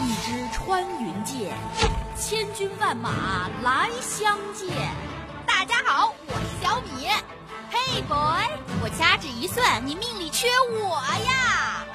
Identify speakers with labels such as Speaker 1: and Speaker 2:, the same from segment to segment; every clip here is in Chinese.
Speaker 1: 一支穿云箭，千军万马来相见。
Speaker 2: 大家好，我是小米。
Speaker 3: Hey boy，
Speaker 2: 我掐指一算，你命里缺我呀！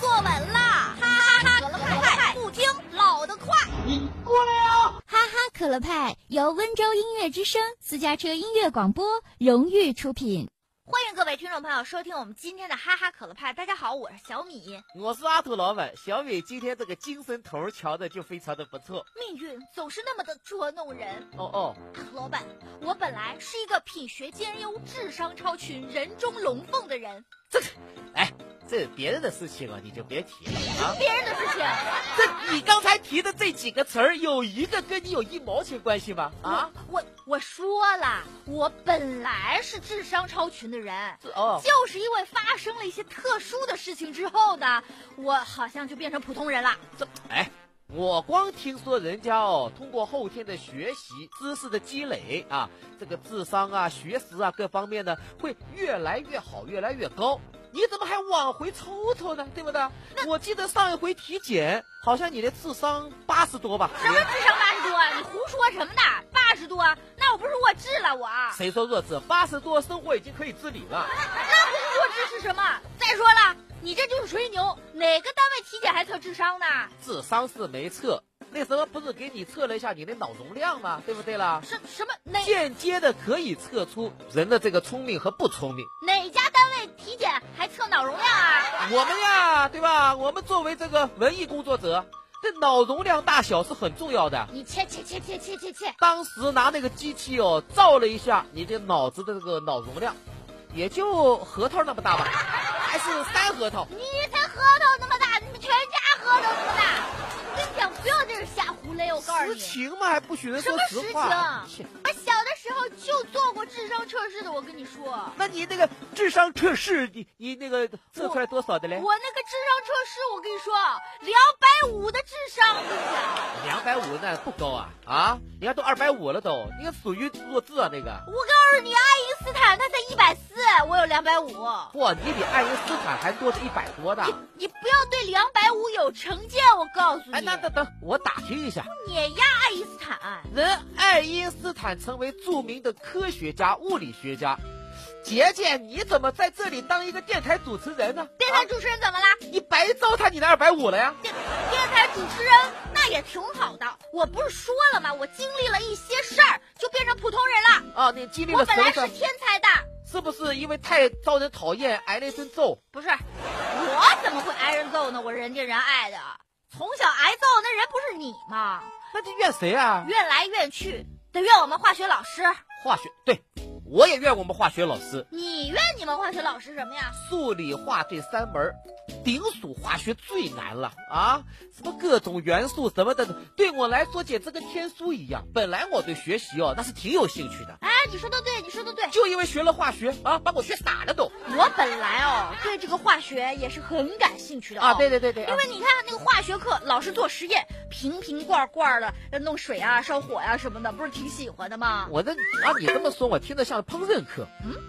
Speaker 3: 坐稳啦！
Speaker 2: 哈哈，可乐派不听老的快。
Speaker 4: 你过来啊！
Speaker 5: 哈哈，可乐派由温州音乐之声私家车音乐广播荣誉出品。
Speaker 2: 欢迎各位听众朋友收听我们今天的哈哈可乐派。大家好，我是小米，
Speaker 6: 我是阿土老板。小米今天这个精神头瞧的就非常的不错。
Speaker 2: 命运总是那么的捉弄人。
Speaker 6: 哦哦，
Speaker 2: 啊老板，我本来是一个品学兼优、智商超群、人中龙凤的人，
Speaker 6: 这个，哎，这别人的事情啊，你就别提了啊。
Speaker 2: 别人的事情
Speaker 6: 这你刚才提的这几个词儿，有一个跟你有一毛钱关系吗？啊，
Speaker 2: 我我我说了，我本来是智商超群的人。
Speaker 6: 这哦，
Speaker 2: 就是因为发生了一些特殊的事情之后呢，我好像就变成普通人了。
Speaker 6: 这哎，我光听说人家哦，通过后天的学习、知识的积累啊，这个智商啊、学识啊各方面呢，会越来越好，越来越高。你怎么还往回抽抽呢？对不对？我记得上一回体检，好像你的智商八十多吧？
Speaker 2: 什么智商八十多？啊？你胡说什么呢？八十多？啊那我不是弱智了？我
Speaker 6: 谁说弱智？八十多，生活已经可以自理了。
Speaker 2: 那不是弱智是什么？再说了，你这就是吹牛，哪个单位体检还测智商呢？
Speaker 6: 智商是没测，那时候不是给你测了一下你的脑容量吗？对不对啦？
Speaker 2: 什什么哪
Speaker 6: 间接的可以测出人的这个聪明和不聪明。
Speaker 2: 哪家单位体检还测脑容量啊？
Speaker 6: 我们呀，对吧？我们作为这个文艺工作者，这脑容量大小是很重要的。
Speaker 2: 你切切切切切切切！
Speaker 6: 当时拿那个机器哦，照了一下你这脑子的这个脑容量，也就核桃那么大吧，还是三核桃。
Speaker 2: 你才核桃那么大，你们全家核桃那么大！我跟你讲，不要在这儿瞎胡勒，我告诉
Speaker 6: 实
Speaker 2: 你。
Speaker 6: 情嘛，还不许人
Speaker 2: 什
Speaker 6: 说
Speaker 2: 么
Speaker 6: 实啊
Speaker 2: 实
Speaker 6: 话。
Speaker 2: 情？我小的时候就做过智商测试的，我跟你说，我
Speaker 6: 那你那个智商测试，你你那个测出来多少的
Speaker 2: 那
Speaker 6: 嘞？
Speaker 2: 个智商测试，我跟你说，两百五的智商，我跟你讲，
Speaker 6: 两百五那不高啊啊！你看都二百五了都，你看属于弱智啊那个。
Speaker 2: 我告诉你，爱因斯坦他才一百四，我有两百五，
Speaker 6: 哇，你比爱因斯坦还多一百多呢。
Speaker 2: 你不要对两百五有成见，我告诉你，
Speaker 6: 哎，那那等我打听一下，
Speaker 2: 碾压爱因斯坦，
Speaker 6: 人爱因斯坦成为著名的科学家、物理学家。姐姐，你怎么在这里当一个电台主持人呢？啊
Speaker 2: 电台主持人怎么啦？
Speaker 6: 你白糟蹋你那二百五了呀！
Speaker 2: 电电台主持人那也挺好的，我不是说了吗？我经历了一些事儿，就变成普通人了。
Speaker 6: 啊，你经历
Speaker 2: 我
Speaker 6: 了
Speaker 2: 本
Speaker 6: 什
Speaker 2: 来
Speaker 6: 么
Speaker 2: 是
Speaker 6: 事？
Speaker 2: 天才的，
Speaker 6: 是不是因为太招人讨厌，挨了一顿揍？
Speaker 2: 不是，我怎么会挨人揍呢？我人见人爱的，从小挨揍那人不是你吗？
Speaker 6: 那就怨谁啊？
Speaker 2: 怨来怨去，得怨我们化学老师。
Speaker 6: 化学对，我也怨我们化学老师。
Speaker 2: 你怨你们化学老师什么呀？
Speaker 6: 数理化这三门儿，顶属化学最难了啊！什么各种元素什么的，对我来说简直跟天书一样。本来我对学习哦那是挺有兴趣的，
Speaker 2: 哎，你说的对，你说的对。
Speaker 6: 就因为学了化学啊，把我学傻了都
Speaker 2: 我本来哦对这个化学也是很感兴趣的、哦、
Speaker 6: 啊！对对对对，
Speaker 2: 因为你看那个化学课，老师做实验，瓶瓶罐罐的，呃弄水啊、烧火呀、什么的，不是挺喜欢的吗
Speaker 6: 啊？我这啊，你这么说我听着像烹饪课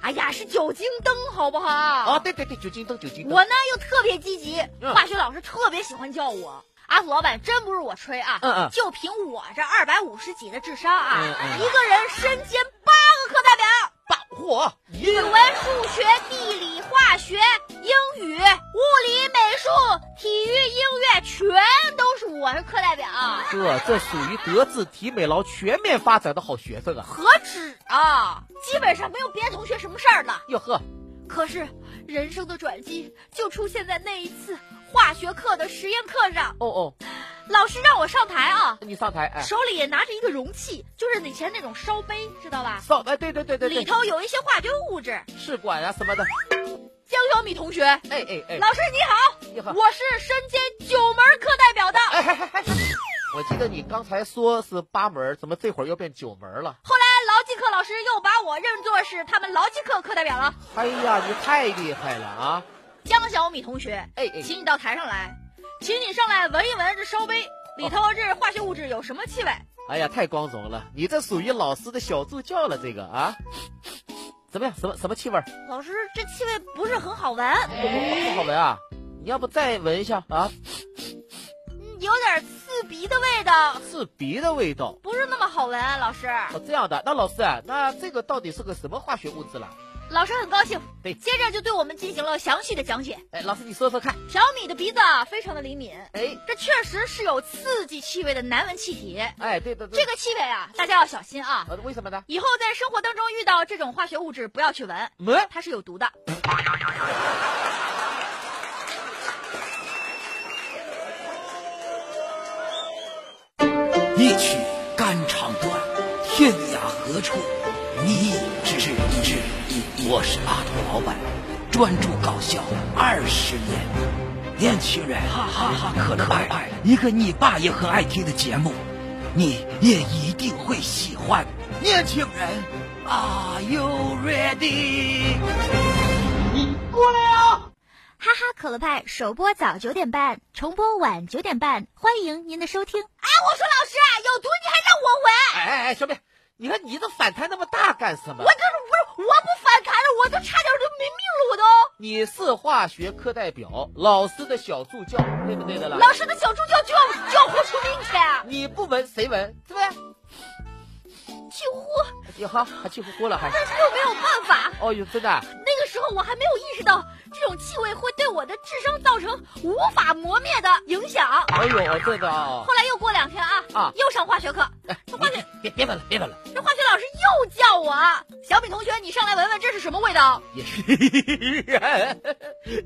Speaker 2: 哎呀，是酒精灯，好不好？
Speaker 6: 啊！对对对，酒精灯酒精灯
Speaker 2: 我呢又特别积极，
Speaker 6: 嗯
Speaker 2: 化学老师特别喜欢叫我。阿土老板真不是我吹啊，
Speaker 6: 嗯嗯
Speaker 2: 就凭我这二百五十几的智商啊，
Speaker 6: 嗯嗯
Speaker 2: 一个人身兼八个课代表，
Speaker 6: 把嚯，一
Speaker 2: 语文、数学、地理、化学、英语、物理、美术、体育、音乐，全都是我是课代表，
Speaker 6: 这这属于德智体美劳全面发展的好学生啊！
Speaker 2: 何止啊，基本上没有别的同学什么事儿了。
Speaker 6: 哟呵，
Speaker 2: 可是人生的转机就出现在那一次化学课的实验课上，
Speaker 6: 哦哦，
Speaker 2: 老师让我上台啊，
Speaker 6: 你上台哎，
Speaker 2: 手里也拿着一个容器，就是以前那种烧杯，知道吧？
Speaker 6: 上哎，对对对对
Speaker 2: 里
Speaker 6: 对，
Speaker 2: 头有一些化学物质。
Speaker 6: 试管啊什么的，
Speaker 2: 江小米同学，
Speaker 6: 哎哎哎，
Speaker 2: 老师你好，
Speaker 6: 你好
Speaker 2: 我是身兼九门课代表的。
Speaker 6: 哎哎哎哎！ 我记得你刚才说是八门儿，怎么这会儿又变九门儿了？
Speaker 2: 后来劳技课老师又把我认作是他们劳技课课代表了。
Speaker 6: 哎呀，你太厉害了啊！
Speaker 2: 江小米同学，
Speaker 6: 哎哎，
Speaker 2: 请你到台上来，请你上来闻一闻这烧杯里头这化学物质有什么气味。
Speaker 6: 哎呀，太光荣了！你这属于老师的小助教了，这个啊，怎么样？什么什么气味儿？
Speaker 2: 老师，这气味不是很好闻，
Speaker 6: 哎不不不好闻啊！你要不再闻一下啊？
Speaker 2: 嗯有点刺鼻的味道，
Speaker 6: 刺鼻的味道。
Speaker 2: 不是那么好闻啊，老师。
Speaker 6: 哦，这样的，那老师啊，那这个到底是个什么化学物质啦？
Speaker 2: 老师很高兴，
Speaker 6: 对
Speaker 2: 接着就对我们进行了详细的讲解。
Speaker 6: 哎，老师你说说看。
Speaker 2: 小米的鼻子啊，非常的灵敏，
Speaker 6: 哎
Speaker 2: 这确实是有刺激气味的难闻气体。
Speaker 6: 哎，对的对。
Speaker 2: 这个气味啊，大家要小心啊！
Speaker 6: 呃，为什么呢？
Speaker 2: 以后在生活当中遇到这种化学物质，不要去闻，
Speaker 6: 门、
Speaker 2: 它是有毒的。
Speaker 4: 一曲肝肠断，天涯何处觅知音？我是阿土老板，专注搞笑二十年。年轻人，哈哈哈可爱，一个你爸也很爱听的节目，你也一定会喜欢。年轻人，Are you ready？
Speaker 5: 哈哈可乐派首播早九点半，重播晚九点半，欢迎您的收听。
Speaker 2: 哎，我说老师啊，有毒你还让我闻，
Speaker 6: 哎哎哎，小美，你看你这反弹那么大干什么
Speaker 2: 我？这不是我不反弹了，我都差点就没命了，我都。
Speaker 6: 你是化学课代表，老师的小助教，对不对的啦？
Speaker 2: 老师的小助教就要就要豁出命去，啊
Speaker 6: 你不闻谁闻？对不
Speaker 2: 几乎
Speaker 6: 对？也好，还气呼呼了还。
Speaker 2: 但是又没有办法。
Speaker 6: 哦哟，真的啊、
Speaker 2: 那个时候我还没有意识到这种气味会对我的智商造成无法磨灭的影响。
Speaker 6: 哎呦，真的啊、
Speaker 2: 后来又过两天啊，
Speaker 6: 啊
Speaker 2: 又上化学课，这化学
Speaker 6: 别别闻了，别闻了，
Speaker 2: 这化学老师又叫我啊小米同学，你上来闻闻这是什么味道？
Speaker 6: 也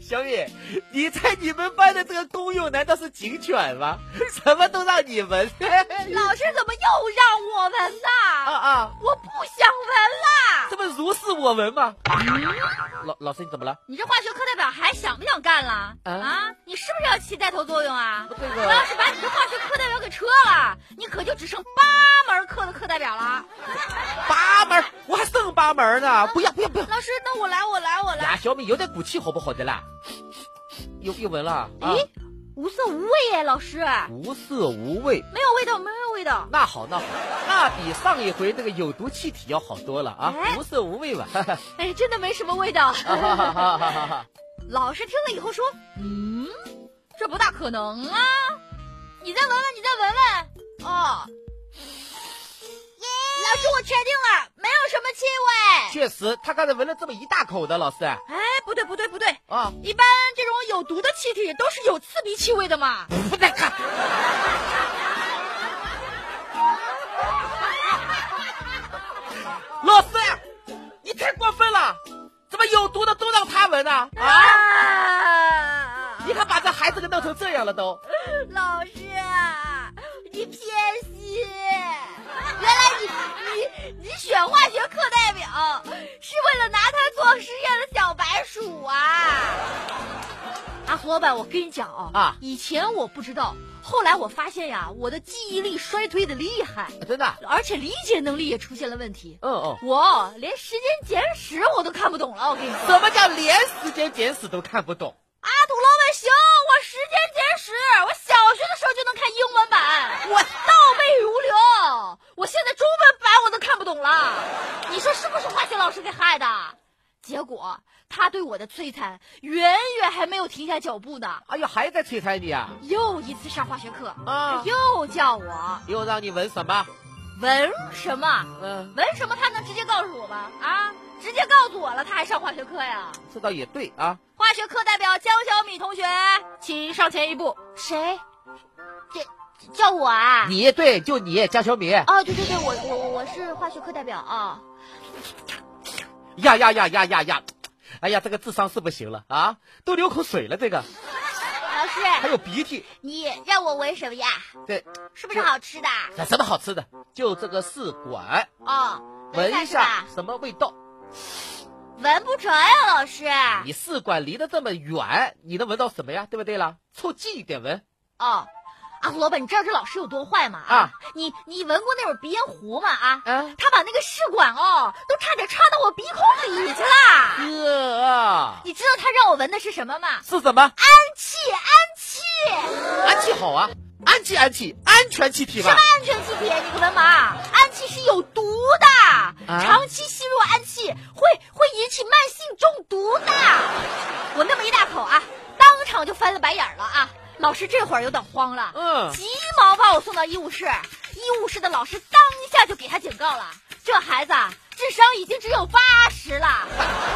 Speaker 6: 小米，你在你们班的这个功用难道是警犬吗？什么都让你闻，
Speaker 2: 老师怎么又让我闻
Speaker 6: 啊
Speaker 2: 呐？
Speaker 6: 啊，
Speaker 2: 我不想闻啦！
Speaker 6: 这不如是我闻吗？老老师你怎么了？
Speaker 2: 你这化学课代表还想不想干了？
Speaker 6: 啊
Speaker 2: 啊，你是不是要起带头作用啊？
Speaker 6: 这
Speaker 2: 我要
Speaker 6: 个
Speaker 2: 是把你这化学课代表给撤了，你可就只剩八门课的课代表了。
Speaker 6: 八门，我还剩八门呢，不要不要不要！
Speaker 2: 老师，那我来，我来，我来。
Speaker 6: 呀，小米有点骨气好不好的啦？又又闻了啊？
Speaker 2: 诶无色无味耶，老师，
Speaker 6: 无色无味，
Speaker 2: 没有味道，没有味道。
Speaker 6: 那好那好，那比上一回那个有毒气体要好多了啊
Speaker 2: 哎，
Speaker 6: 无色无味吧。哈哈
Speaker 2: 哎，真的没什么味道。
Speaker 6: 啊哈哈哈哈哈！
Speaker 2: 老师听了以后说，嗯，这不大可能啊。你再闻闻，你再闻闻。哦，老师，我确定了，没有什么气味。
Speaker 6: 确实，他刚才闻了这么一大口的，老师啊，
Speaker 2: 哎，不对，不对，不对，
Speaker 6: 啊
Speaker 2: 一般这种有毒的气体都是有刺鼻气味的嘛。
Speaker 6: 不带看。老师，你太过分了，怎么有毒的都让他闻啊？啊！
Speaker 2: 啊！
Speaker 6: 你看把这孩子给弄成这样了都。
Speaker 2: 老师啊，你偏心！原来你你你选化学课代表是为了拿它做实验的小白鼠啊！阿胡老板，我跟你讲啊，
Speaker 6: 啊
Speaker 2: 以前我不知道，后来我发现呀，我的记忆力衰退的厉害，
Speaker 6: 真的啊，
Speaker 2: 而且理解能力也出现了问题。
Speaker 3: 哦
Speaker 6: 嗯嗯。
Speaker 2: 我连《时间简史》我都看不懂了，我跟你说。
Speaker 6: 什么叫连时间简史都看不懂？
Speaker 2: 阿土老板行，我时间简史，我小学的时候就能看英文版，我倒背如流。我现在中文版我都看不懂了，你说是不是化学老师给害的？结果他对我的摧残远远还没有停下脚步呢。
Speaker 6: 哎呀，还在摧残你啊！
Speaker 2: 又一次上化学课，
Speaker 6: 啊
Speaker 2: 他又叫我
Speaker 6: 又让你闻什么？
Speaker 2: 闻什么？
Speaker 6: 嗯，
Speaker 2: 闻什么？他能直接告诉我吗？啊，直接告诉我了，他还上化学课呀？
Speaker 6: 这倒也对啊。
Speaker 2: 化学课代表江小米同学，请上前一步。
Speaker 3: 谁？这叫我啊？
Speaker 6: 你对，就你江小米。
Speaker 3: 哦，对对对，我我我我是化学课代表啊。
Speaker 2: 哦
Speaker 6: 呀呀呀呀呀呀！哎呀，这个智商是不行了啊，都流口水了，这个
Speaker 3: 老师，
Speaker 6: 还有鼻涕。
Speaker 3: 你让我闻什么呀？
Speaker 6: 对，
Speaker 3: 是不是好吃的？
Speaker 6: 那什么好吃的？就这个试管，
Speaker 3: 哦，
Speaker 6: 闻一
Speaker 3: 看是
Speaker 6: 下
Speaker 3: 吧？
Speaker 6: 什么味道？
Speaker 3: 闻不着呀，老师。
Speaker 6: 你试管离得这么远，你能闻到什么呀？对不对啦？凑近一点闻。
Speaker 2: 哦，阿胡老板，你知道这老师有多坏吗？
Speaker 6: 啊，
Speaker 2: 你你闻过那种鼻烟壶吗？啊，
Speaker 6: 啊，
Speaker 2: 他把那个试管哦，都差点插到我鼻孔里去了。
Speaker 6: 哥啊，
Speaker 2: 你知道他让我闻的是什么吗？
Speaker 6: 是什么？
Speaker 2: 氨气，氨气，
Speaker 6: 氨气好啊，氨气氨气，安全气体吧。
Speaker 2: 安全气体，你个文盲！氨气是有毒的，
Speaker 6: 啊
Speaker 2: 长期吸入氨气会会引起慢性中毒的。我那么一大口啊，当场就翻了白眼儿了啊！老师这会儿有点慌了，
Speaker 6: 嗯
Speaker 2: 急忙把我送到医务室。医务室的老师当下就给他警告了：这孩子啊，智商已经只有八十了，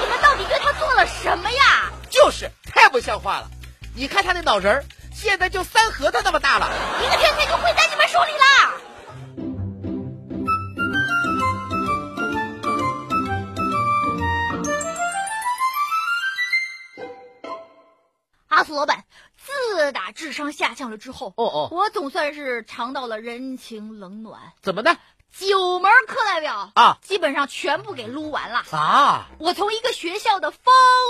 Speaker 2: 你们到底对他做了什么呀？
Speaker 6: 就是太不像话了。你看他那脑仁儿，现在就三核桃那么大了。
Speaker 2: 一个天才就混在你们手里啦！阿苏老板，自打智商下降了之后，
Speaker 6: 哦哦，
Speaker 2: 我总算是尝到了人情冷暖，
Speaker 6: 怎么的
Speaker 2: 九门课代表
Speaker 6: 啊
Speaker 2: 基本上全部给撸完了。
Speaker 6: 啊？
Speaker 2: 我从一个学校的风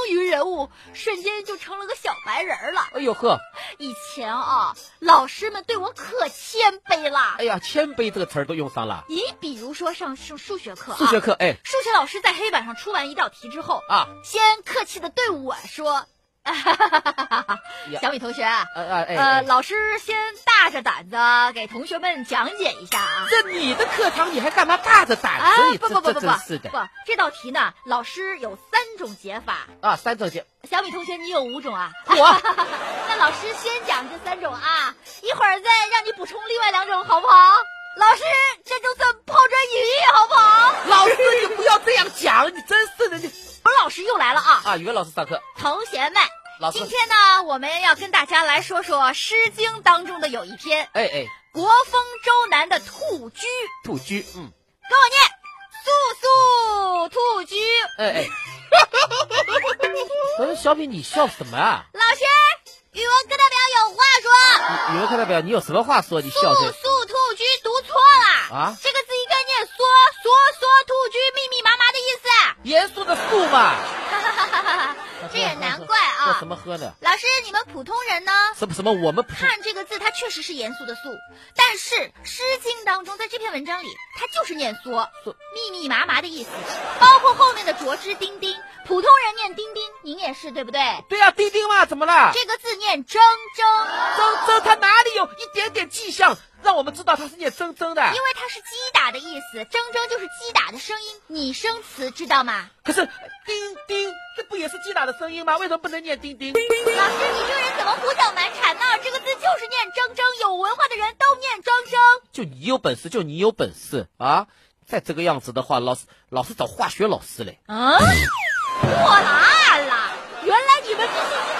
Speaker 2: 云人物，瞬间就成了个小白人儿了。
Speaker 6: 哎呦呵，
Speaker 2: 以前啊，老师们对我可谦卑啦
Speaker 6: 哎。呀，谦卑这个词儿都用上了。
Speaker 2: 你比如说上上数学课、啊，
Speaker 6: 数学课，哎
Speaker 2: 数学老师在黑板上出完一道题之后，
Speaker 6: 啊，
Speaker 2: 先客气的对我说：“
Speaker 6: 呀
Speaker 2: 小米同学啊，
Speaker 6: 呃呃哎
Speaker 2: 呃，
Speaker 6: 哎，
Speaker 2: 老师先大着胆子给同学们讲解一下啊。”
Speaker 6: 这你的课堂你还干嘛大着胆
Speaker 2: 啊
Speaker 6: 子？你
Speaker 2: 不
Speaker 6: 哎这
Speaker 2: 不不
Speaker 6: 这
Speaker 2: 不不
Speaker 6: 真是的
Speaker 2: 不，这道题呢，老师有三种解法，
Speaker 6: 啊！三种节，
Speaker 2: 小米同学你有五种啊。
Speaker 6: 我
Speaker 2: 那老师先讲这三种啊，一会儿再让你补充另外两种，好不好？老师，这就算抛砖引玉，好不好？
Speaker 6: 老师你不要这样讲，你真是的你
Speaker 2: 我老师又来了啊，
Speaker 6: 啊！语文老师上课，
Speaker 2: 同学们，
Speaker 6: 老师
Speaker 2: 今，天呢，我们要跟大家来说说《诗经》当中的有一篇
Speaker 6: 哎哎，
Speaker 2: 《国风周南》的《兔居》，
Speaker 6: 兔居，嗯，
Speaker 2: 跟我念：素素兔居。
Speaker 6: 哎 哎，我说小品你笑什么啊？
Speaker 2: 老师，语文课代表有话说，
Speaker 6: 语文课代表你有什么话说？你啊笑
Speaker 2: 素
Speaker 6: 这
Speaker 2: 素兔居读错了
Speaker 6: 啊
Speaker 2: 这个字应该念缩缩缩兔居，密密麻麻的意思。
Speaker 6: 严肃的肃嘛，
Speaker 2: 这也难怪
Speaker 6: 这
Speaker 2: 啊
Speaker 6: 什。么喝呢？
Speaker 2: 老师，你们普通人呢？
Speaker 6: 什么什么我们普
Speaker 2: 看这个字，它确实是严肃的“肃”，但是《诗经》当中，在这篇文章里，它就是念“缩
Speaker 6: 缩”，
Speaker 2: 密密麻麻的意思。包括后面的“着之”“丁丁”，普通人念“丁丁”，您也是对不对？
Speaker 6: 对呀、丁丁嘛，怎么了？
Speaker 2: 这个字念“铮铮
Speaker 6: 铮铮，它哪里有一点点迹象让我们知道它是念铮铮的？”，
Speaker 2: 因为它是击打的意思，“铮铮”就是击打的声音，拟声词知道吗？
Speaker 6: 可是叮叮，这不也是击打的声音吗？为什么不能念叮叮？
Speaker 2: 老师，你这个人怎么胡搅蛮缠呢？这个字就是念“铮铮”，有文化的人都念“铮铮”。
Speaker 6: 就你有本事，就你有本事啊！再这个样子的话，老师老师找化学老师嘞。
Speaker 2: 啊，破案了！原来你们这些